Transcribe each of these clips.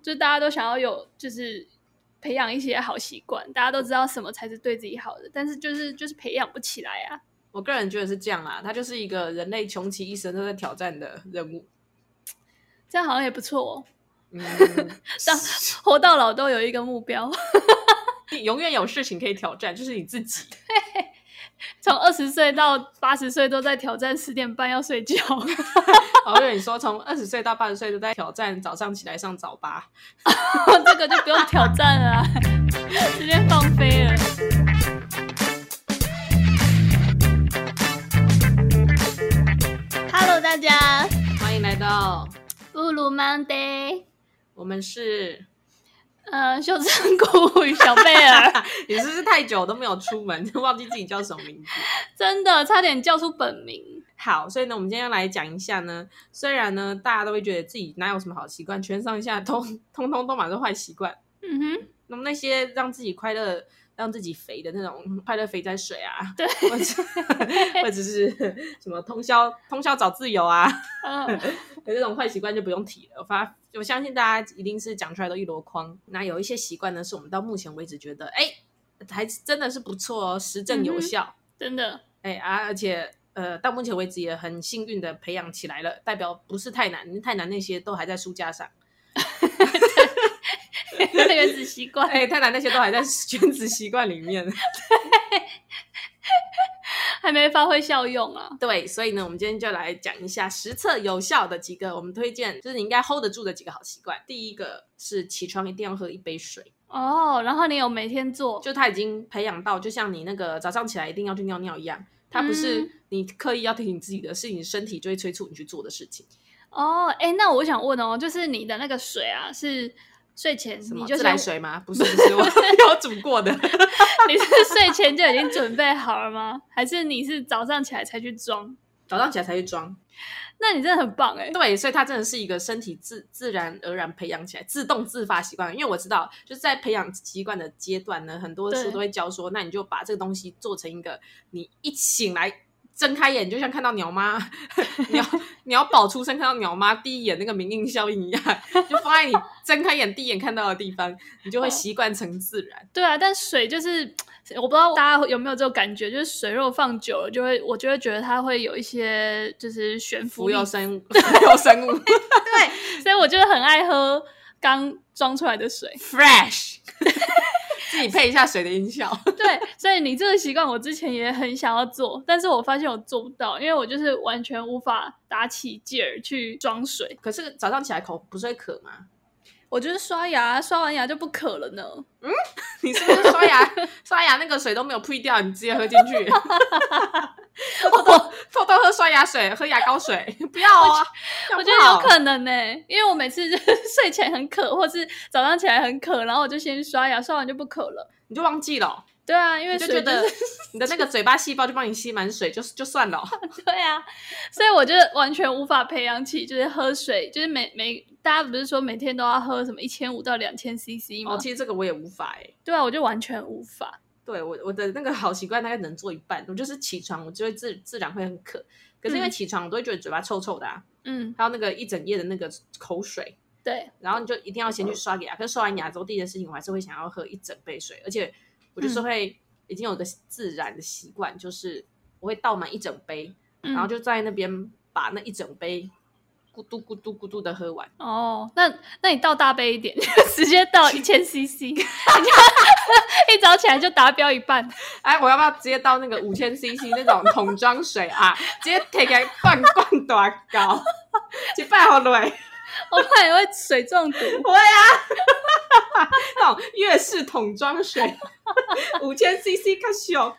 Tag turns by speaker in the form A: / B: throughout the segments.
A: 就大家都想要有，就是培养一些好习惯，大家都知道什么才是对自己好的，但是就是就是培养不起来啊。
B: 我个人觉得是这样啦，它就是一个人类穷其一生都在挑战的任务。
A: 这样好像也不错哦，
B: 嗯，
A: 当活到老都有一个目标。
B: 你永远有事情可以挑战，就是你自己。
A: 从二十岁到八十岁都在挑战十点半要睡觉，
B: 好，因为你说从二十岁到八十岁都在挑战早上起来上早八。
A: 这个就不用挑战了、啊， 直接放飞了。Hello，大家，
B: 欢迎来到
A: 布鲁 Monday，
B: 我们是，
A: 呃，袖珍 谷与小贝尔，
B: 你是不是太久都没有出门，忘记自己叫什么名字？
A: 真的差点叫出本名，
B: 好，所以呢，我们今天要来讲一下呢。虽然呢，大家都会觉得自己哪有什么好习惯，全上下都通通都满是坏习惯。
A: 嗯哼，
B: 那么那些让自己快乐、让自己肥的那种快乐肥宅水啊，对，或者 或者是什么通宵通宵找自由啊，
A: 嗯、
B: 有这种坏习惯就不用提了。我发，我相信大家一定是讲出来都一箩筐。那有一些习惯呢，是我们到目前为止觉得，哎、还真的是不错哦，实证有效。
A: 真的，
B: 哎、啊，而且呃，到目前为止也很幸运的培养起来了，代表不是太难，太难那些都还在书架上。
A: 原子习惯。
B: 哎、太难那些都还在 圈子习惯里面。
A: 还没发挥效用啊。
B: 对，所以呢，我们今天就来讲一下实测有效的几个我们推荐，就是你应该 hold 得住的几个好习惯。第一个是起床一定要喝一杯水，
A: 哦，然后你有每天做，
B: 就他已经培养到，就像你那个早上起来一定要去尿尿一样，它不
A: 嗯
B: 是你刻意要提醒自己的，是你身体就会催促你去做的事情。
A: 哦，哎，那我想问哦，就是你的那个水啊，是睡前
B: 什
A: 你
B: 么
A: 就
B: 自
A: 先
B: 来，水吗？不是，不是，我 有煮过 的。
A: 你是睡前就已经准备好了吗？还是你是早上起来才去装？
B: 早上起来才去装，
A: 那你真的很棒哎！
B: 对，所以它真的是一个身体自自然而然培养起来、自动自发习惯。因为我知道，就是在培养习惯的阶段呢，很多
A: 对
B: 书都会教说，那你就把这个东西做成一个，你一醒来睁开眼，就像看到鸟妈、 鸟鸟宝出生看到鸟妈第一眼那个明应效应一样，就放在你睁开眼第一眼看到的地方，你就会习惯成自然。
A: 对啊，但水就是我不知道大家有没有这种感觉，就是水如果放久了，就会我就会觉得它会有一些就是悬浮
B: 浮
A: 力
B: 游，生物， 浮游生物
A: 所以我就是很爱喝刚装出来的水。
B: ，fresh，自己配一下水的音效。
A: 对，所以你这个习惯我之前也很想要做，但是我发现我做不到，因为我就是完全无法打起劲儿去装水。
B: 可是早上起来口不是会渴吗？
A: 我就是刷牙，刷完牙就不渴了呢。
B: 你是不是刷牙刷牙那个水都没有呸掉，你直接喝进去？ 偷偷偷偷喝刷牙水，喝牙膏水，不要啊！
A: 我觉
B: 这样不
A: 得有
B: 好
A: 可能呢、因为我每次就是睡前很渴，或是早上起来很渴，然后我就先刷牙，刷完就不渴了。
B: 你就忘记了，
A: 对啊，因为
B: 你就
A: 水
B: 觉
A: 就
B: 得
A: 是
B: 你的那个嘴巴细胞就帮你吸满水，就就算了。
A: 对啊，所以我就完全无法培养起就是喝水，就是每每大家不是说每天都要喝什么一千五到两千 CC 吗？
B: 哦，其实这个我也无法哎、
A: 对啊，我就完全无法。
B: 对我我的那个好习惯大概能做一半，我就是起床我就会自自然会很渴，可是因为
A: 嗯
B: 起床我都会觉得嘴巴臭臭的、啊，
A: 嗯，
B: 还有那个一整夜的那个口水，
A: 对，
B: 然后你就一定要先去刷个牙。可是刷完牙之后，第一件事情我还是会想要喝一整杯水，而且我就是会、已经有个自然的习惯，就是我会倒满一整杯，
A: 嗯
B: 然后就在那边把那一整杯咕嘟咕嘟咕嘟的喝完。
A: 哦，那那你倒大杯一点， 直接倒一千 CC，你看 一早起来就达标一半。
B: 哎，我要不要直接倒那个五千 CC 那种桶装水啊？直接提起来灌灌大 高，一百好累。
A: 我怕你会水中毒。
B: 会啊，那种粤式桶装水，五千 CC 卡小。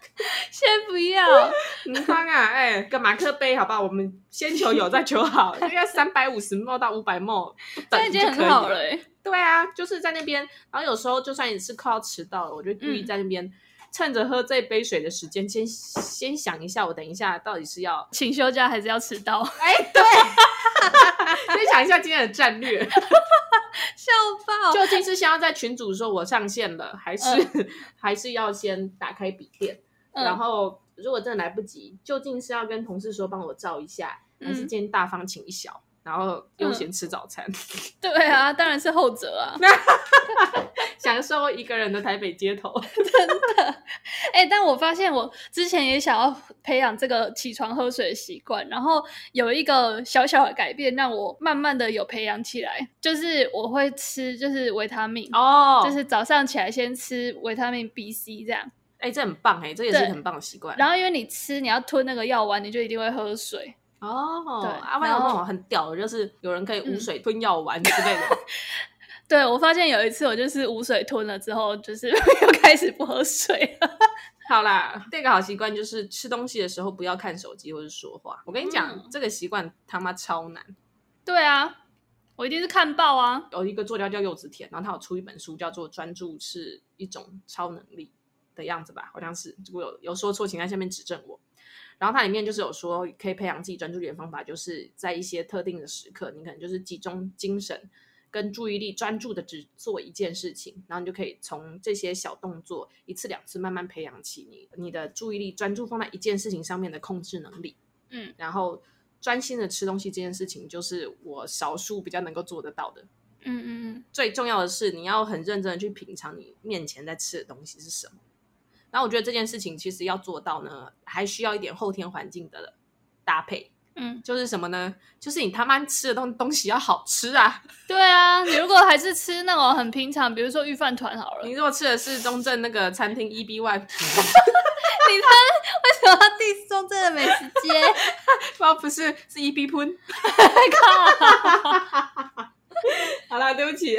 A: 先不要，
B: 嗯，方啊，哎、个马克杯，好不好？我们先求有，再求好，大概三百五十梦到五 百梦，
A: 那已经很好了、。欸。
B: 对啊，就是在那边，然后有时候就算你是快要迟到了，我就故意
A: 嗯
B: 在那边、趁着喝这杯水的时间，先先想一下，我等一下到底是 要，
A: 请休假还是要迟到？
B: 哎、对，先想一下今天的战略，
A: 哦笑爆！
B: 究竟是先要在群主说我上线了，还是、 还是要先打开笔电？然
A: 嗯，
B: 后如果真的来不及，究竟是要跟同事说帮我照一下，还是
A: 嗯
B: 今天大方请一小？然后悠闲吃早餐，
A: 对啊，当然是后者啊。
B: 享受一个人的台北街头。
A: 哎、但我发现我之前也想要培养这个起床喝水的习惯，然后有一个小小的改变，让我慢慢的有培养起来，就是我会吃就是维他命，
B: 哦
A: 就，是早上起来先吃维他命 B、C 这样。
B: 哎、这很棒哎、这也是
A: 对
B: 很棒的习惯。
A: 然后因为你吃，你要吞那个药丸，你就一定会喝水。
B: 哦，
A: 对
B: 阿外有
A: 然
B: 那
A: 后
B: 种很屌的，就是有人可以无
A: 嗯
B: 水吞药丸之 类的。
A: 对我发现有一次我就是无水吞了之后，就是 又开始不喝水了。
B: 好啦，这个好习惯就是吃东西的时候不要看手机或是说话。我跟你讲，
A: 嗯
B: 这个习惯他妈超难。
A: 对啊，我一定是看报啊。
B: 有一个作家叫柚子田，然后他有出一本书叫做《专注是一种超能力》的样子吧，好像是。如果有有说错，请在下面指正我。然后它里面就是有说，可以培养自己专注力的方法，就是在一些特定的时刻，你可能就是集中精神跟注意力，专注的只做一件事情，然后你就可以从这些小动作一次两次慢慢培养起你你的注意力专注放在一件事情上面的控制能力。
A: 嗯，
B: 然后专心的吃东西这件事情，就是我少数比较能够做得到的。
A: 嗯嗯嗯，
B: 最重要的是，你要很认真的去品尝你面前在吃的东西是什么。然后我觉得这件事情其实要做到呢，还需要一点后天环境的搭配，
A: 嗯，
B: 就是什么呢？就是你他妈吃的东东西要好吃啊！
A: 对啊，你如果还是吃那种很平常，比如说御饭团好了，
B: 你
A: 你
B: 如果吃的是中正那个餐厅 E B Y，
A: 为什么要 diss 中正的美食街？
B: 不不是是 E B 喷，好啦，对不起。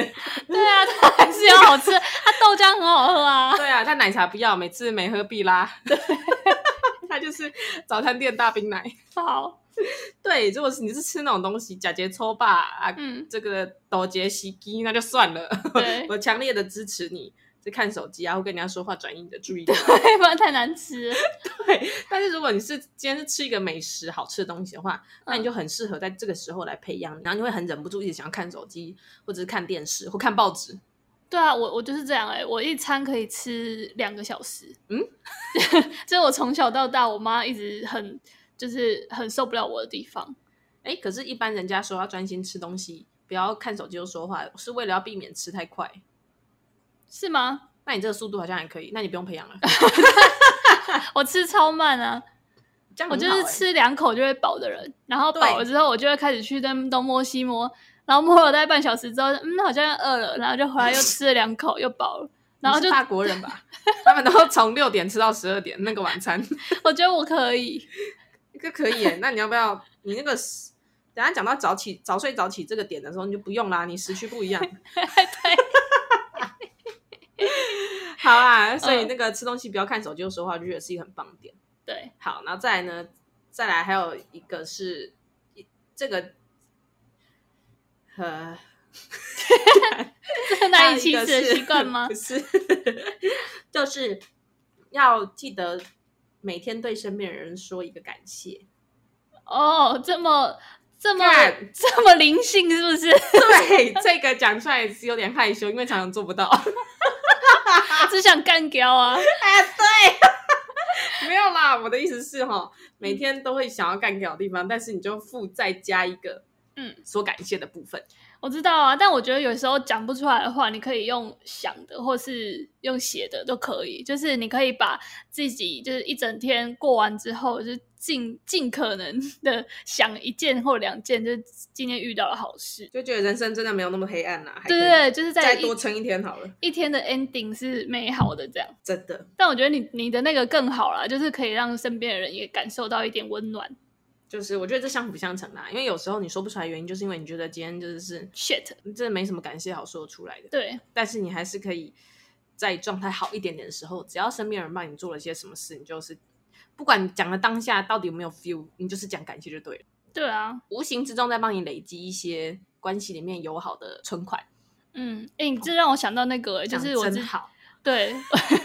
A: 对啊，它还是有好吃，它豆浆很好喝啊。
B: 对啊，但奶茶不要，每次没喝必拉。 它就是早餐店大冰奶。
A: 好，
B: 对，如果是你是吃那种东西，假节抽吧 啊，
A: 嗯，
B: 这个抖节袭击那就算了，
A: 对
B: 我强烈的支持你。就看手机啊，或跟人家说话转移你的注意力。
A: 要不然太难吃了。
B: 但是如果你是今天是吃一个美食好吃的东西的话，
A: 嗯
B: 那你就很适合在这个时候来培养你，然后你会很忍不住一直想要看手机，或者是看电视或看报纸。
A: 对啊，我我就是这样哎、我一餐可以吃两个小时。
B: 嗯，
A: 这是我从小到大，我妈一直很就是很受不了我的地方。
B: 哎，可是，一般人家说要专心吃东西，不要看手机又说话，是为了要避免吃太快。
A: 是吗？
B: 那你这个速度好像还可以，那你不用培养了。
A: 我吃超慢啊，
B: 这样
A: 我
B: 很
A: 就
B: 好
A: 是
B: 欸
A: 吃两口就会饱的人，然后
B: 对
A: 饱了之后，我就会开始去在那边东摸西摸，然后摸了大概半小时之后，嗯，好像饿了，然后就回来又吃了两口，又饱 了，然后
B: 你是
A: 就
B: 法国人吧，他们都从六点吃到十二点那个晚餐。
A: 我觉得我可以，
B: 这可以耶，那 你要不要？你那个时等一下讲到早起、早睡、早起这个点的时候，你就不用啦，你时区不一 样。好
A: 嗯
B: 啦，所以那个吃东西不要看手机又说话，我就觉得是一个很棒的点。
A: 对，
B: 好，然后再来呢，再来还有一个是一这个，呃，
A: 这是
B: 还
A: 难
B: 有
A: 以
B: 一
A: 启
B: 个
A: 齿的
B: 是
A: 习惯吗
B: 不？是，就是要记得每天对身边的人说一个感谢。
A: 哦，这么这么
B: 干
A: 这么灵性是不是？
B: 对， 这个讲出来是有点害羞，因为常常做不到。
A: 只想干掉啊！
B: 哎，对， 没有啦，我的意思是哈，每天都会想要干掉的地方，但是你就附再加一个，
A: 嗯，
B: 所感谢的部分。
A: 我知道啊，但我觉得有时候讲不出来的话，你可以用想的，或是用写的都可以。就是你可以把自己就是一整天过完之后，就是尽尽可能的 想一件或两件，就是今天遇到的好事。
B: 就觉得人生真的没有那么黑暗啊啦，还
A: 对
B: 可
A: 对
B: 以
A: 对，就是在
B: 再
A: 一
B: 多撑一天好了，
A: 一天的 ending 是美好的这样。
B: 真的。
A: 但我觉得你你的那个更好啦，就是可以让身边的人也感受到一点温暖。
B: 就是我觉得这相辅相成啊啦，因为有时候你说不出来原因，就是因为你觉得今天就是，
A: shit，
B: 真的没什么感谢好说出来的。
A: 对
B: 但是你还是可以在状态好一点点的时候，只要身边有人帮你做了些什么事，你就是不管你讲的当下到底有没有 feel，你就是讲感谢就对了，
A: 对啊，
B: 无形之中在帮你累积一些关系里面友好的存款，
A: 嗯，哎、你这让我想到那个、就
B: 这
A: 是
B: 样
A: 我之
B: 真好。
A: 对，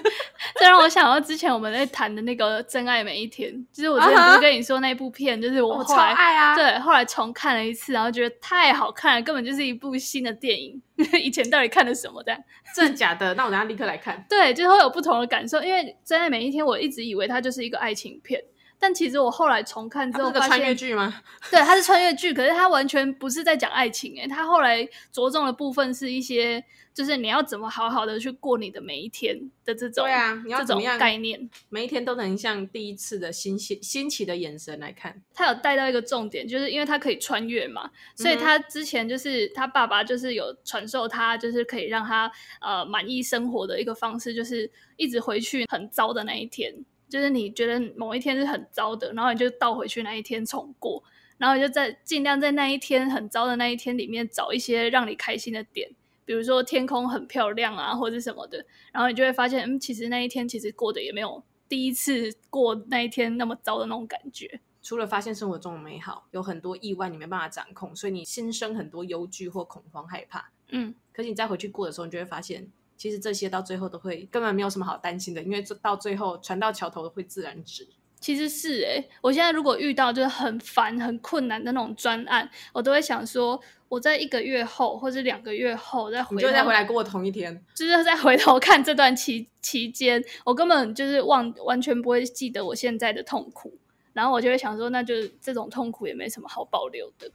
A: 这让我想到之前我们在谈的那个《真爱每一天》，就是我之前不
B: 啊哈
A: 是跟你说那部片，就是我
B: 我
A: 后
B: 超
A: 来、
B: 爱啊！，
A: 对后来重看了一次，然后觉得太好看了，根本就是一部新的电影。 以前到底看了什么？这样
B: 真的假的？那我等一下立刻来看。
A: 对，就是会有不同的感受，因为《真爱每一天》我一直以为它就是一个爱情片。但其实我后来重看之
B: 这
A: 后，
B: 是
A: 发
B: 个
A: 现
B: 穿越剧吗？
A: 对，它是穿越剧，可是它完全不是在讲爱情、欸，诶，它后来着重的部分是一些，就是你要怎么好好的去过你的每一天的这种，
B: 对啊你要
A: 这
B: 怎么
A: 种
B: 样
A: 概念。
B: 每一天都能像第一次的新鲜新奇的眼神来看，
A: 他有带到一个重点，就是因为他可以穿越嘛，所以
B: 嗯哼
A: 他之前就是他爸爸就是有传授他，就是可以让他呃满意生活的一个方式，就是一直回去很糟的那一天，就是你觉得某一天是很糟的，然后你就倒回去那一天重过，然后你就在尽量在那一天很糟的那一天里面找一些让你开心的点。比如说天空很漂亮啊，或者什么的，然后你就会发现，嗯，其实那一天其实过得也没有第一次过那一天那么糟的那种感觉。
B: 除了发现生活中的美好，有很多意外你没办法掌控，所以你心生很多忧惧或恐慌、害怕。
A: 嗯，
B: 可是你再回去过的时候，你就会发现，其实这些到最后都会根本没有什么好担心的，因为这到最后船到桥头会自然直。
A: 其实是诶、我现在如果遇到就是很烦、很困难的那种专案，我都会想说，我在一个月后或者两个月后再回
B: 你
A: 头，
B: 就会再回来过同一天，
A: 就是再回头看这段期期间，我根本就是忘，完全不会记得我现在的痛苦。然后我就会想说，那就是这种痛苦也没什么好保留的，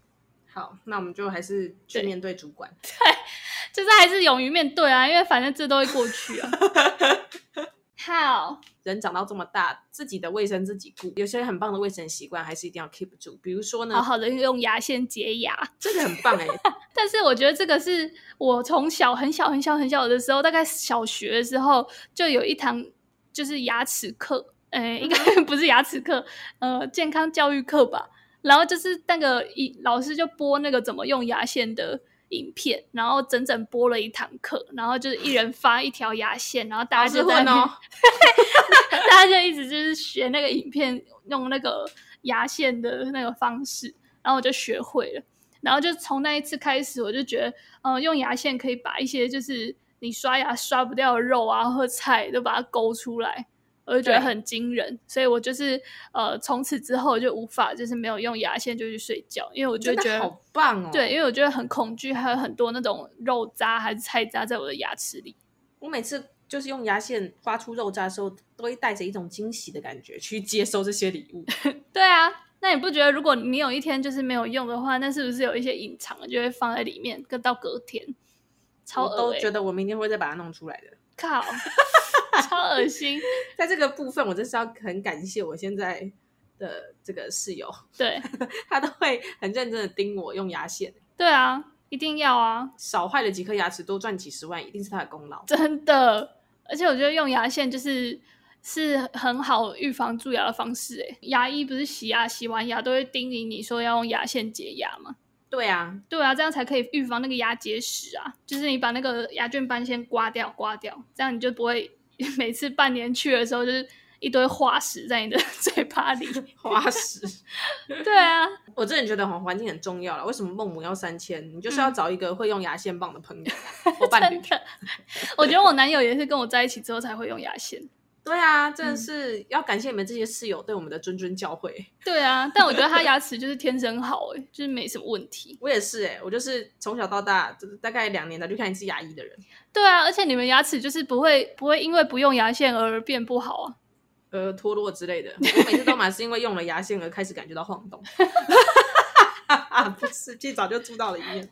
B: 好，那我们就还是去
A: 对
B: 面对主管。
A: 就是还是勇于面对啊，因为反正这都会过去 啊。好，
B: 人长到这么大，自己的卫生自己顾，有些很棒的卫生习惯还是一定要 keep 住。比如说呢，
A: 好好的用牙线洁牙。
B: 这个很 棒哎、
A: 但是我觉得这个是我从小很小很小很小的时候，大概小学的时候就有一堂就是牙齿课，呃、应该 不是牙齿课，呃，健康教育课吧。然后就是那个一老师就播那个怎么用牙线的影片，然后整整播了一堂课，然后就是一人发一条牙线，然后大
B: 老
A: 家
B: 师
A: 就在
B: 混
A: 那边
B: 哦，
A: 大家就一直就是学那个影片，用那个牙线的那个方式，然后我就学会了。然后就从那一次开始，我就觉得，嗯、用牙线可以把一些就是你刷牙刷不掉的肉啊或菜都把它勾出来，我就觉得
B: 对
A: 很惊人。所以我就是呃，从此之后就无法就是没有用牙线就去睡觉，因为我
B: 我
A: 就觉得
B: 好棒哦。
A: 对，因为我觉得很恐惧，还有很多那种肉渣还是菜渣在我的牙齿里。
B: 我每次就是用牙线刮出肉渣的时候，都会带着一种惊喜的感觉去接收这些礼物。
A: 对啊，那你不觉得如果你有一天就是没有用的话，那是不是有一些隐藏的就会放在里面，跟到隔天， 超
B: 我都
A: 恶欸
B: 觉得我明天会再把它弄出来的。
A: 靠， 超恶心。
B: 在这个部分，我真是要很感谢我现在的这个室友，
A: 对
B: 他都会很认真的盯我用牙线，
A: 对啊，一定要啊，
B: 少坏了几颗牙齿，多赚几十万，一定是他的功劳。
A: 真的。而且我觉得用牙线就是是很好预防蛀牙的方式。诶，牙医不是洗牙洗完牙都会叮咛你说要用牙线洁牙吗？
B: 对啊，
A: 对啊，这样才可以预防那个牙结石啊，就是你把那个牙菌斑先刮掉，刮掉，这样你就不会每次半年去的时候就是一堆化石在你的 嘴巴里。
B: 花石。
A: 对啊，
B: 我真的觉得环环境很重要了。为什么孟母要三迁？你就是要找一个会用牙线棒的朋 友或伴
A: 嗯真
B: 侣。
A: 的，我觉得我男友也是跟我在一起之后才会用牙线。
B: 对啊，真
A: 嗯
B: 的是要感谢你们这些室友对我们的谆谆教诲。
A: 对啊，但我觉得他牙齿就是天生好、欸，就是没什么问题。
B: 我也是哎、我就是从小到大，就是大概两年才去看一次牙医的人。
A: 对啊，而且你们牙齿就是不会不会因为不用牙线而变不好 啊。
B: 呃，脱落之类的，我每次都嘛是因为用了牙线而开始感觉到晃动。 不是，最早就住到了医院。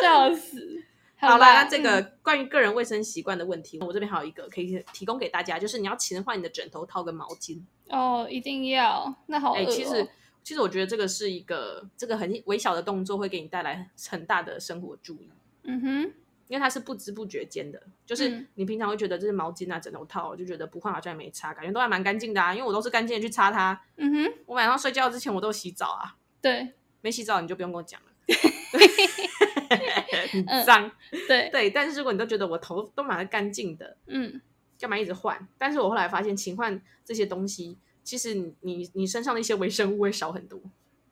A: 笑死！嗯
B: 好啦，
A: 啦，
B: 那这个关于个人卫生习惯的问题，我这边还有一个可以提供给大家，就是你要勤换你的枕头套跟毛巾。
A: 嗯哦，一定要，那好恶、哦
B: 哎、其实其实我觉得这个是一个这个很微小的动作，会给你带来很大的生活注意，
A: 嗯哼。
B: 因为它是不知不觉间的。就是
A: 嗯
B: 你平常会觉得这是毛巾啊、枕头套，就觉得不换好像也没擦，感觉都还蛮干净的啊。因为我都是干净的去擦它，
A: 嗯哼，
B: 我晚上睡觉之前我都有洗澡啊，
A: 对
B: 没洗澡你就不用跟我讲了。 很
A: 嗯
B: 脏，
A: 对，
B: 对，但是如果你都觉得我头都蛮干净的，
A: 嗯，
B: 干嘛一直换？但是我后来发现，勤换这些东西，其实你你你身上的一些微生物会少很多。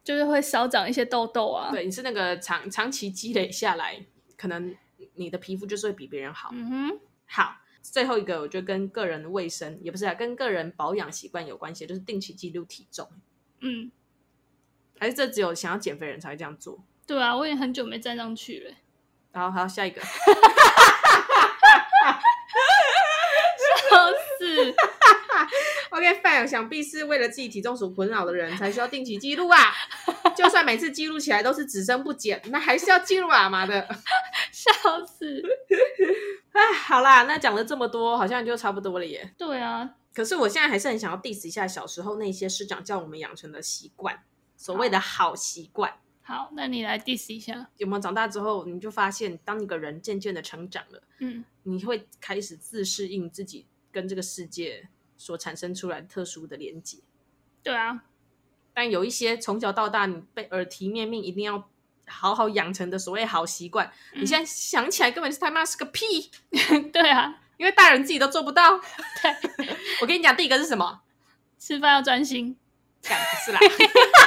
A: 就是会少长一些痘痘啊。，
B: 对，你是那个长长期积累下来，可能你的皮肤就是会比别人好。
A: 嗯哼，
B: 好，最后一个我觉得跟个人的卫生也不是啊，跟个人保养习惯有关系，就是定期记录体重。
A: 嗯，
B: 还是这只有想要减肥人才会这样做？
A: 对啊，我已经很久没站上去了。
B: 然后还有下一个，
A: 就是，
B: OK，范有想必是为了自己体重所困扰的人才需要定期记录啊。就算每次记录起来都是只增不减，那还是要记录啊，妈的！
A: 笑死。
B: 哎，好啦，那讲了这么多，好像就差不多了耶。
A: 对啊，
B: 可是我现在还是很想要 diss 一下小时候那些师长叫我们养成的习惯，所谓的好习惯。
A: 好，那你来 diss 一下。
B: 有没有长大之后，你就发现，当一个人渐渐的成长了，
A: 嗯，
B: 你会开始自适应自己跟这个世界所产生出来特殊的连接。
A: 对啊，
B: 但有一些从小到大你被耳提面命一定要好好养成的所谓好习惯，你现在想起来根本是他妈是个屁，
A: 对啊，
B: 因为大人自己都做不到。
A: 对，
B: 我跟你讲，第一个是什么？
A: 吃饭要专心，
B: 干不是啦，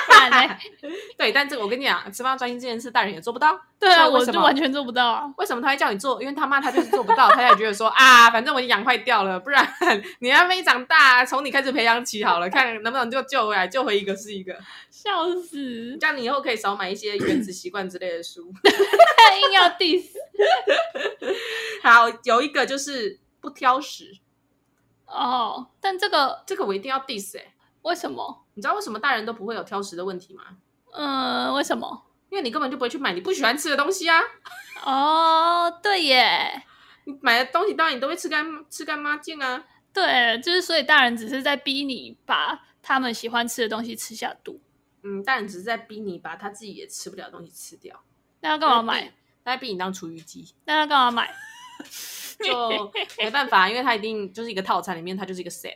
A: 不然嘞，
B: 对，但这个我跟你讲，吃饭要专心这件事，大人也做不到。
A: 对
B: 所
A: 啊，
B: 以为
A: 我
B: 什
A: 就
B: 么
A: 完全做不到啊。
B: 为什么他会叫你做？因为他妈他就是做不到，他才觉得说啊，反正我已经养坏掉了，不然 你还没长大，啊从你开始培养起好了，看能不能就救回来，救回一个是一个。
A: 笑 死！
B: 这样你以后可以少买一些原子习惯之类的书。
A: 啊硬要 diss
B: 好，有一个就是不挑食，
A: 哦，但这个
B: 这个我一定要 diss 哎、
A: 为什么？
B: 你知道为什么大人都不会有挑食的问题吗？
A: 嗯，为什么？
B: 因为你根本就不会去买你不喜欢吃的东西啊！
A: 哦，对耶，
B: 你买的东西当然你都会吃干吃干抹净啊。
A: 对，就是所以大人只是在逼你把他们喜欢吃的东西吃下肚，
B: 嗯，大人只是在逼你把他自己也吃不了的东西吃掉，
A: 那要干嘛买？
B: 他在逼你当厨余 机。
A: 那要干嘛买？
B: 就没办法，因为它一定就是一个套餐里面，它就是一个 set。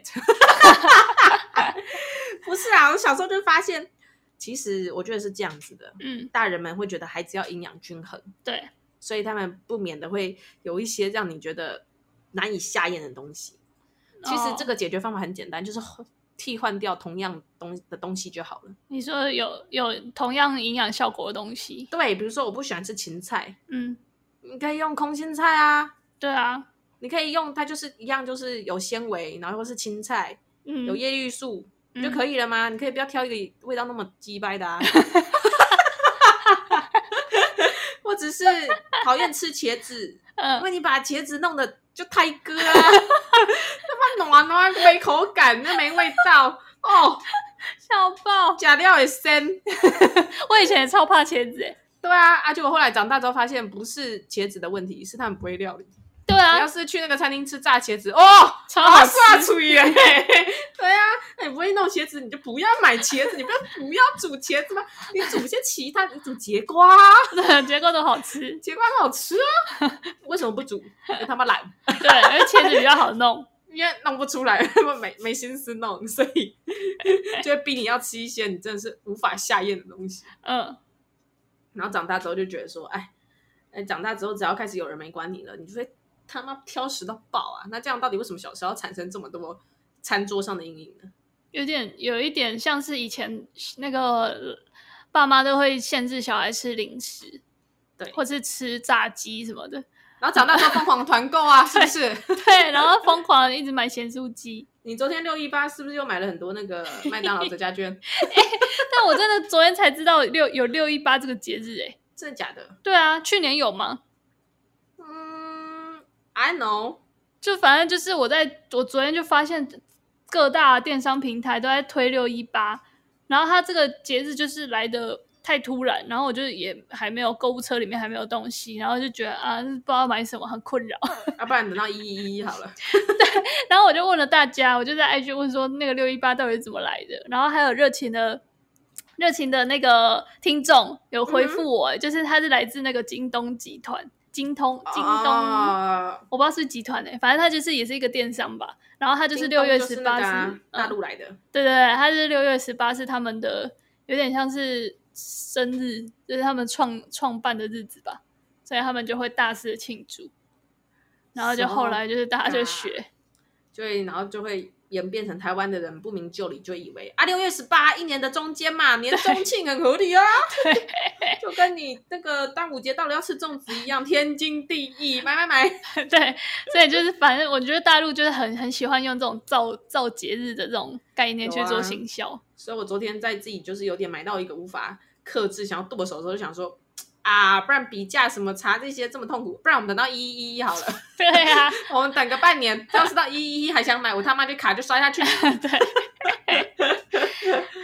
B: 不是啊，我小时候就发现，其实我觉得是这样子的，
A: 嗯，
B: 大人们会觉得孩子要营养均衡，
A: 对，
B: 所以他们不免的会有一些让你觉得难以下咽的东西。其实这
A: 个、
B: 个解决方法很简单，就是替换掉同样东的东西就好了。
A: 你说有有同样营养效果的东西，
B: 对，比如说我不喜欢吃芹菜，
A: 嗯，
B: 你可以用空心菜啊，
A: 对啊，
B: 你可以用它就是一样，就是有纤维，然后或是青菜，
A: 嗯，
B: 有叶绿素，
A: 嗯
B: 就可以了吗？你可以不要挑一个味道那么鸡掰的啊。 我只是讨厌吃茄子，因
A: 嗯，
B: 为你把茄子弄得就胎哥啊， 他妈暖暖没口感，那没味道哦，
A: 笑爆！
B: 假料也深。
A: 我以前也超怕茄子耶，欸
B: 对啊，啊，结果后来长大之后发现，不是茄子的问题，是他们不会料理。
A: 对
B: 你
A: 啊
B: 要，是去那个餐厅吃炸茄子，哦，
A: 超
B: 啊，
A: 好吃，
B: 刷嘴耶！对啊，那你不会弄茄子，你就不要买茄子，你不要不要煮茄子吗？你煮些其他，你煮节瓜，
A: 对结果都好吃，
B: 节瓜很好吃啊。 为什么不煮？因为他妈懒，
A: 对，因为茄子比较好弄，
B: 因为弄不出来， 他妈没没心思弄，所以就会逼你要吃一些你真的是无法下咽的东西。
A: 嗯，
B: 然后长大之后就觉得说，哎，哎，长大之后只要开始有人没管你了，你就会他妈挑食到爆啊！那这样到底为什么小时候产生这么多餐桌上的阴影呢？
A: 有点有一点像是以前那个爸妈都会限制小孩吃零食，
B: 对
A: 或是吃炸鸡什么的，
B: 然后长大之后疯狂团购 啊，是不是？
A: 对，然后疯狂地一直买咸酥鸡。
B: 你昨天六一八是不是又买了很多那 个麦当劳折价券？
A: 但我真的昨天才知道六有六一八这个节日、欸，哎，
B: 真的假的？
A: 对啊，去年有吗？
B: 嗯，I know，
A: 就反正就是我在我昨天就发现各大电商平台都在推六一八，然后它这个节日就是来的太突然，然后我就也还没有购物车里面还没有东西，然后就觉得啊不知道买什么很困扰，
B: 要、啊不然等到一一一好了。
A: 然后我就问了大家，我就在 IG 问说那个六一八到底是怎么来的，然后还有热情的。热情的那个听众有
B: 嗯
A: 回复我、欸就是他是来自那个京东集团，京东京东、
B: 哦
A: 我不知道是集团哎、反正他就是也是一个电商吧。然后他就是
B: 京
A: 六
B: 东
A: 月
B: 就
A: 十
B: 那
A: 八
B: 个
A: 是、
B: 啊大
A: 嗯
B: 陆来的，
A: 对对对，他是六月十八是他们的，有点像是生日，就是他们创创办的日子吧，所以他们就会大肆的庆祝。然后就后来就是大
B: 啊
A: 家就学，
B: 就会然后就会演变成台湾的人不明就里，就以为啊六月十八一年的中间嘛，年中庆很合 理啊，就跟你那个端午节到了要吃粽子一样，天经地义，买买买。
A: 对，所以就是反正我觉得大陆就是很很喜欢用这种造造节日的这种概念去
B: 有啊
A: 做行销。
B: 所以我昨天在自己就是有点买到一个无法克制想要剁手的时候，就想说啊，不然比价什么查这些这么痛苦，不然我们等到一一一好了，
A: 对啊，
B: 我们等个半年，要是到一一一还想买，我他妈就卡就摔下去。
A: 对，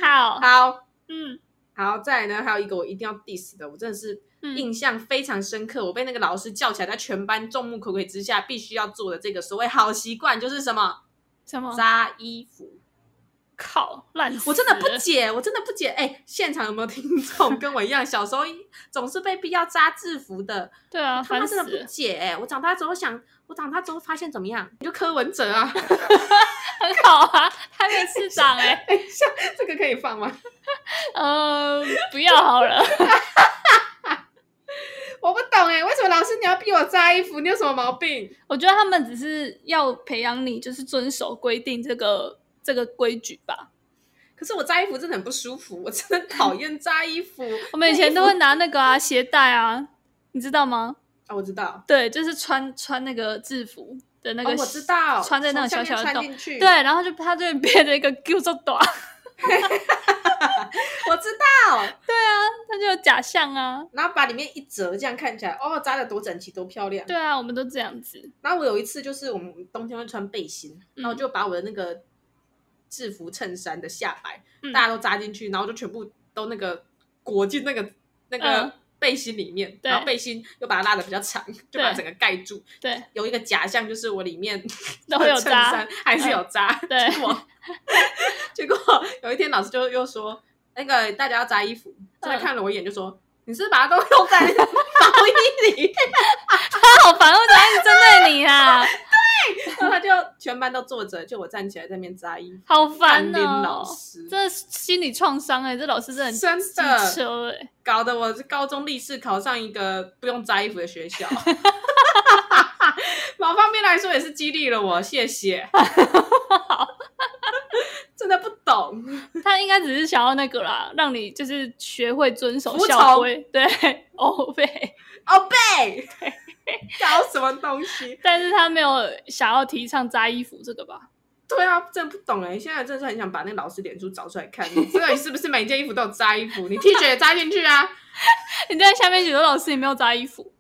A: 好，
B: 好
A: 嗯
B: 好，再来呢，还有一个我一定要 diss 的，我真的是
A: 嗯
B: 印象非常深刻。我被那个老师叫起来，在全班众目睽睽之下，必须要做的这个所谓好习惯，就是什么
A: 什么？
B: 扎衣服。
A: 靠，烂死了！
B: 我真的不解，我真的不解。哎、现场有没有听众跟我一样，小时候总是被逼要扎制服的？
A: 对啊，
B: 他
A: 烦
B: 们
A: 死
B: 真的
A: 了
B: 不，解、哎，我长大之后想，我长大之后发现怎么 样？你就柯文哲啊，
A: 很好啊，台北 市长哎、
B: 哎，像这个可以放吗？
A: 呃，不要好了，
B: 我不懂哎、为什么老师你要逼我扎衣服？你有什么毛病？
A: 我觉得他们只是要培养你，就是遵守规定这个这个规矩吧。
B: 可是我扎衣服真的很不舒服，我真的讨厌扎衣服。
A: 我们以前都会拿那个啊鞋带啊，你知道吗？
B: 啊，我知道，
A: 对，就是穿穿那个制服的那个、
B: 哦，我知道，
A: 穿在那种
B: 从下
A: 小
B: 面
A: 小的
B: 穿
A: 洞。
B: 进去。
A: 对，，然后就它就变成一个 Q 就短，
B: 我知道。
A: 它就有假象啊。
B: 然后把里面一折，这样看起来，哦，扎的多整齐，多漂亮。
A: 对啊，我们都这样子。
B: 然后我有一次就是我们冬天会穿背心，
A: 嗯
B: 然后就把我的那个制服衬衫的下摆、
A: 嗯
B: 大家都扎进去，然后就全部都那个裹进那个那
A: 嗯
B: 个背心里面，
A: 对
B: 然后背心又把它拉的比较长，就把它整个盖住。
A: 对，
B: 有一个假象就是我里面
A: 都会有
B: 的衬
A: 扎
B: 衫还是有扎。
A: 对
B: 结果结果有一天老师就又说，那个大家要扎衣服，真的
A: 嗯
B: 看了我一眼就说。你是不是把它都用在毛衣里，
A: 他好烦，为什么一直针对你啊？
B: 然后他就全班都坐着，就我站起来在那边扎衣服。
A: 好
B: 范
A: 烦
B: 林老
A: 哦！
B: 师，
A: 这心理创伤哎，这老师真的很
B: 真
A: 机
B: 的
A: 车哎、
B: 搞得我高中历史考上一个不用扎衣服的学 校。某方面来说也是激励了我，谢 谢。真的不懂，
A: 他应该只是想要那个啦，让你就是学会遵守
B: 服从
A: 校规，对， 欧贝。
B: 哦贝，搞什么东西？
A: 但是他没有想要提倡扎衣服这个吧？
B: 对啊，真的不懂哎、现在真的是很想把那个老师脸书找出来看，你知道你是不是每件衣服都有扎衣服？你 T 恤也扎进去啊？
A: 你在下面写说老师你没有扎衣服，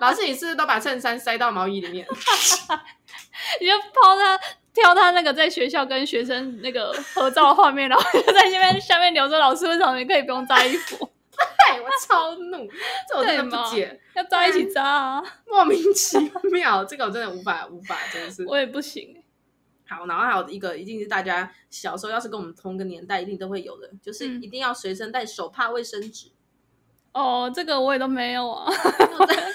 B: 老师，你是不是都把衬衫塞到毛衣里面？
A: 你就抛他。挑他那个在学校跟学生那个合照的画面，然后就在下面下面留着老师为什么你可以不用扎衣服，
B: 对，我超怒，这我真的
A: 对嘛
B: 不解。
A: 要扎一起扎啊！
B: 莫名其妙， 这个我真的无法无法，真的是
A: 我也不行、
B: 好。然后还有一个，一定是大家小时候要是跟我们同个年代，一定都会有的，就是
A: 嗯
B: 一定要随身带手帕、卫生纸。
A: 哦，这个我也都没有啊，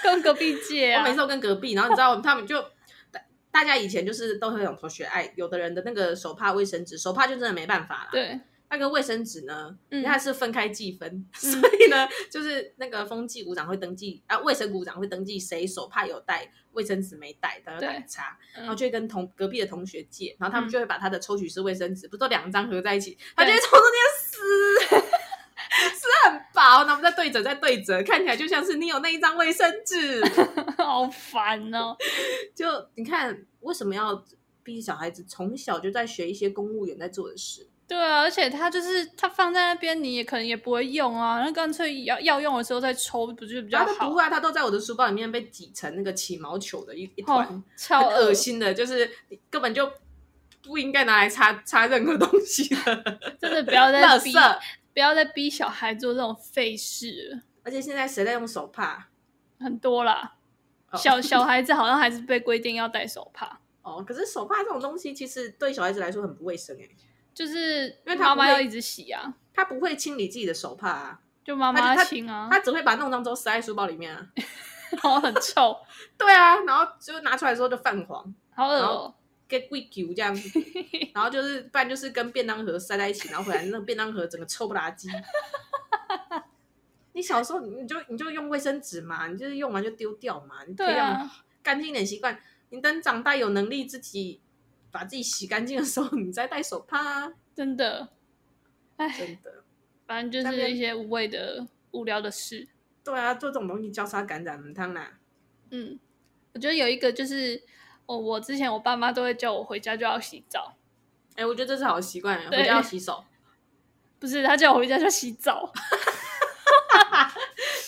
A: 跟隔壁借
B: 哦我
A: 啊
B: 每。次都跟隔壁，然后你知道他们就大大家以前就是都会有同学爱，有的人的那个手帕、卫生纸，手帕就真的没办法啦。
A: 对，
B: 那个卫生纸呢，
A: 嗯
B: 它是分开计分， 所以呢，就是那个风纪股长会登记啊，卫生股长会登记谁手帕有带，卫生纸没带，他要打
A: 对
B: 叉。然后
A: 嗯
B: 就会跟同隔壁的同学借，然后他
A: 嗯
B: 们就会把他的抽取式卫生纸，不是都两张合在一起，他就
A: 对
B: 会从中间撕， 撕很薄，然后再对折，再对折，看起来就像是你有那一张卫生纸。
A: 好烦哦。
B: 就你看，为什么要逼小孩子从小就在学一些公务员在做的事？
A: 对啊，而且它就是它放在那边，你也可能也不会用啊，那干脆要要用的时候再抽，不就比较
B: 他都不
A: 好？
B: 会啊，他都在我的书包里面被挤成那个起毛球的一一团，
A: 哦，
B: 很
A: 超
B: 恶，心的，就是你根本就不应该拿来擦擦任何东西的，
A: 真的不要再
B: 垃
A: 逼，
B: 圾。
A: 不要再逼小孩做这种废事了，
B: 而且现在谁在用手帕？
A: 很多啦。
B: 哦
A: 小小孩子好像还是被规定要戴手帕，
B: 哦，可是手帕这种东西，其实对小孩子来说很不卫生哎、
A: 就是
B: 因为它
A: 妈
B: 不
A: 妈要
B: 会
A: 一直洗啊，
B: 他不会清理自己的手帕啊，
A: 就妈
B: 它就
A: 妈
B: 它
A: 亲啊，
B: 他只会把弄脏之后塞在书包里面啊。
A: 然后很臭，
B: 对啊，然后就拿出来之后就泛黄，
A: 好恶
B: 然
A: 哦
B: 后。给贵球这样子， 然后就是不然就是跟便当盒塞在一起，然后回来那个便当盒整个臭不拉 几。你小时候你就你就用卫生纸嘛，你就是用完就丢掉嘛，你培
A: 对
B: 养
A: 啊，
B: 干净一点习惯。你等长大有能力自己把自己洗干净的时候，你再戴手帕、 啊，
A: 真的，哎，
B: 真的。
A: 反正就
B: 那
A: 是
B: 边
A: 一些无谓的无聊的事。
B: 对啊，做这种东西交叉感染，唔当啦。
A: 嗯，我觉得有一个就是，我我之前我爸妈都会叫我回家就要洗澡，
B: 哎、我觉得这是好习惯，啊
A: 对
B: 回家要洗手。
A: 不是他叫我回家就洗澡，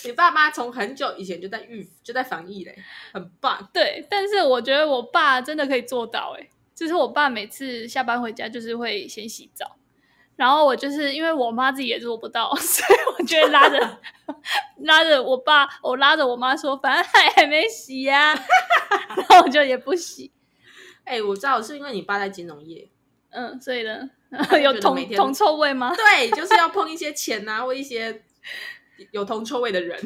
B: 你爸妈从很久以前就在预就在防疫嘞，很棒。
A: 对，但是我觉得我爸真的可以做到、欸，就是我爸每次下班回家就是会先洗澡，然后我就是因为我妈自己也做不到， 所以我就会拉着 拉着我爸，我拉着我妈说，反正还还没洗呀、 然后我就也不洗，
B: 哎、我知道是因为你爸在金融业，
A: 嗯，所以呢，
B: 觉
A: 有
B: 得每
A: 铜
B: 天
A: 铜臭味吗？
B: 对，就是要碰一些钱啊，或一些 有铜臭味的 人，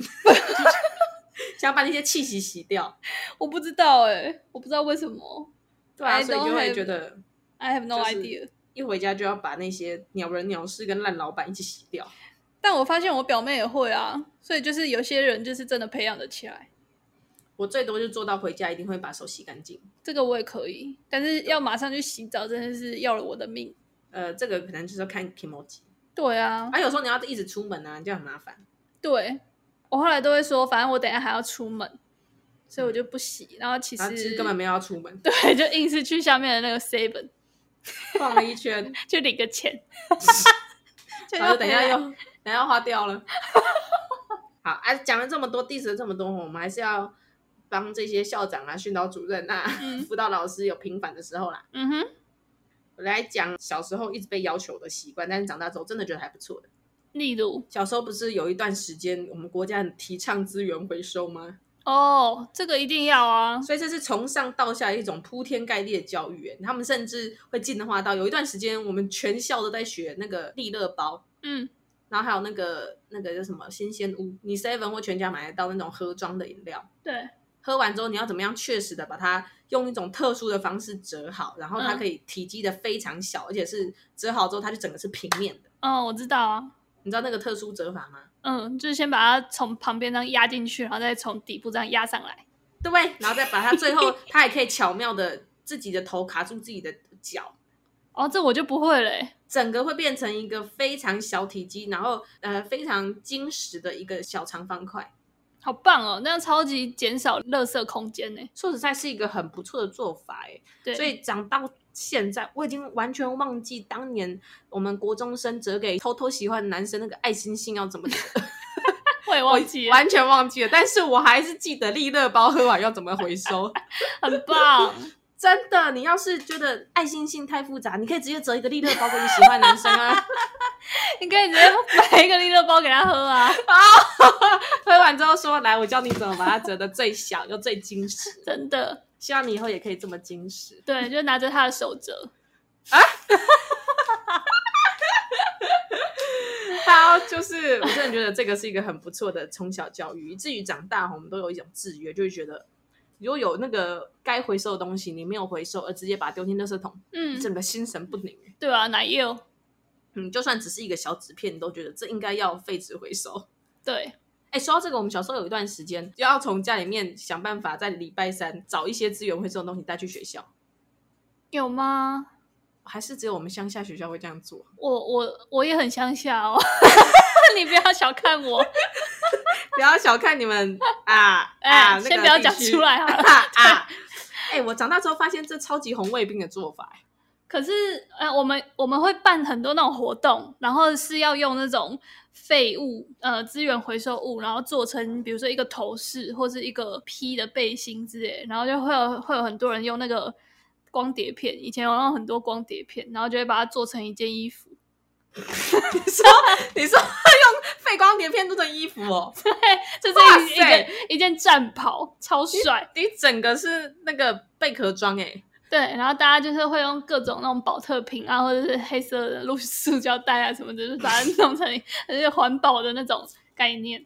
B: 想把那些气息洗掉。
A: 我不知道哎、我不知道为什么
B: 对啊，
A: I
B: 所以
A: don't
B: 就会
A: have-
B: 觉得
A: ，I have no
B: 就是
A: idea。
B: 一回家就要把那些鸟人鸟事跟烂老板一起洗掉。
A: 但我发现我表妹也会啊，所以就是有些人就是真的培养得起来，
B: 我最多就做到回家一定会把手洗干净。
A: 这个我也可以，但是要马上去洗澡真的是要了我的命。
B: 呃，这个可能就是要看 k i m o j i
A: 对啊，
B: 啊，有时候你要一直出门啊，这样很麻烦。
A: 对我后来都会说，反正我等一下还要出门，所以我就不洗。然后其
B: 然后啊其
A: 实，
B: 实根本没有要出门
A: 对，就硬是去下面的那个 seven
B: 逛了一圈，
A: 去领个钱，就
B: 然后等一下
A: 回来
B: 又等一下又花掉了。 好，啊，讲了这么多，diss 了这么多，我们还是要帮这些校长啊、训导主任啊、
A: 嗯
B: 辅导老师有平反的时候啦。
A: 嗯哼，
B: 我来讲小时候一直被要求的习惯，但是长大之后真的觉得还不错的。
A: 例如
B: 小时候不是有一段时间我们国家很提倡资源回收吗？
A: 哦，这个一定要啊，
B: 所以这是从上到下一种铺天盖地的教育、欸他们甚至会进化到有一段时间，我们全校都在学那个利乐包，
A: 嗯，
B: 然后还有那个那个叫什么新鲜屋，你 seven 或全家买得到那种盒装的饮料，
A: 对，
B: 喝完之后你要怎么样确实的把它用一种特殊的方式折好，然后它
A: 嗯
B: 可以体积的非常小，而且是折好之后它就整个是平面的。
A: 哦，我知道啊，
B: 你知道那个特殊折法吗？
A: 嗯，就是先把它从旁边这样压进去，然后再从底部这样压上来，
B: 对，然后再把它最后它还可以巧妙的自己的头卡住自己的脚，
A: 哦，这我就不会了欸、
B: 整个会变成一个非常小体积，然后呃非常精实的一个小长方块。
A: 好棒哦！那样超级减少垃圾空间呢。
B: 说实在是一个很不错的做法哎、
A: 对，
B: 所以长到现在，我已经完全忘记当年我们国中生折给偷偷喜欢的男生那个爱心信要怎么折，
A: 我也
B: 我
A: 忘记了，
B: 完全忘记了。但是我还是记得利乐包喝完要怎么回收。
A: 很棒。
B: 真的，你要是觉得爱心信太复杂，你可以直接折一个利乐包给你喜欢的男生啊，
A: 你可以直接买一个利乐包给他喝啊，
B: 喝完之后说来，我教你怎么把它折的最小又最精 实。
A: 真的。
B: 希望你以后也可以这么精实。
A: 对，就拿着他的手折。
B: 好，就是我真的觉得这个是一个很不错的从小教育，以至于长大我们都有一种制约，就会觉得如果有那个该回收的东西你没有回收，而直接把它丢进垃圾桶，
A: 嗯，
B: 整个心神不宁。欸
A: 对啊，奶油。
B: 嗯，就算只是一个小纸片，你都觉得这应该要废纸回收。
A: 对，
B: 哎，说到这个，我们小时候有一段时间就要从家里面想办法，在礼拜三找一些资源回收的东西带去学校，
A: 有吗？
B: 还是只有我们乡下学校会这样做？
A: 我我我也很乡下 哦，你不要小看我。
B: 不要小看你们啊啊！
A: 哎，
B: 那个
A: 先不要
B: 地
A: 讲
B: 区
A: 出来好了。
B: 啊啊！ 哎、我长大之后发现这超级红卫兵的做法、
A: 可是，呃，我们我们会办很多那种活动，然后是要用那种废物，呃，资源回收物，然后做成比如说一个头饰或是一个披的背心之类，然后就会有会有很多人用那个光碟片，以前有用很多光碟片，然后就会把它做成一件衣服。
B: 你说，你说用废光碟片做成衣服哦？
A: 这
B: 哇
A: 是一一
B: 塞
A: 件一件战袍，超帅。
B: 你整个是那个贝壳装哎，
A: 对，然后大家就是会用各种那种保特瓶啊，或者是黑色的塑塑胶袋啊什么的，就是把它弄成 就是环保的那种概念。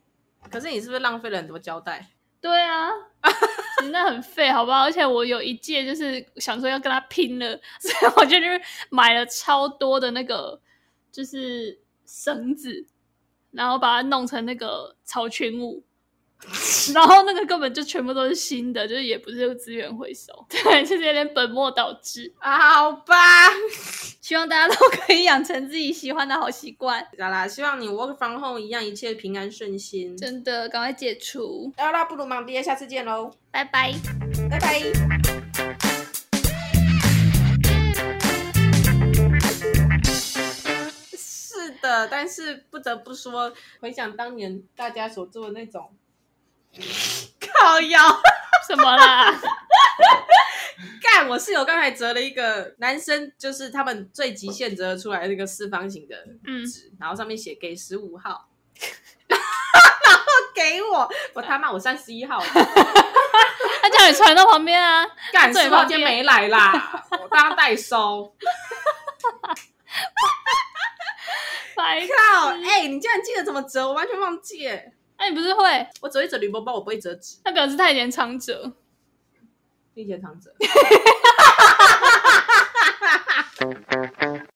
B: 可是你是不是浪费了很多胶带？
A: 对啊，其实那很废，好不好？而且我有一届就是想说要跟他拼了， 所以我就去买了超多的那个就是绳子，然后把它弄成那个草裙 舞。然后那个根本就全部都是新的，就是也不是资源回收， 对，就是有点本末倒置。
B: 啊，好吧，
A: 希望大家都可以养成自己喜欢的好习惯，
B: 好啦，希望你 work from home 一样一切平安顺心。
A: 真的赶快解除，
B: 好啦，不如忙爹，下次见喽，
A: 拜拜。
B: 拜拜。是的，但是不得不说，回想当年大家所做的那种靠腰。
A: 什么啦？
B: 干，我是室友刚才折了一个男生，就是他们最极限折出来那个四方形的
A: 嗯，
B: 纸，然后上面写给十五号，然 后给我，我他妈我三十一号，
A: 他叫你传到旁边啊，
B: 干
A: 最
B: 十号
A: 旁
B: 今天
A: 边
B: 没来啦，我当代收。
A: 白痴
B: 靠，哎、你竟然记得怎么折，我完全忘记哎，
A: 那、啊你不是会？
B: 我折一折铝箔包，我不会折纸，
A: 那表示他以前常折。
B: 并且常折。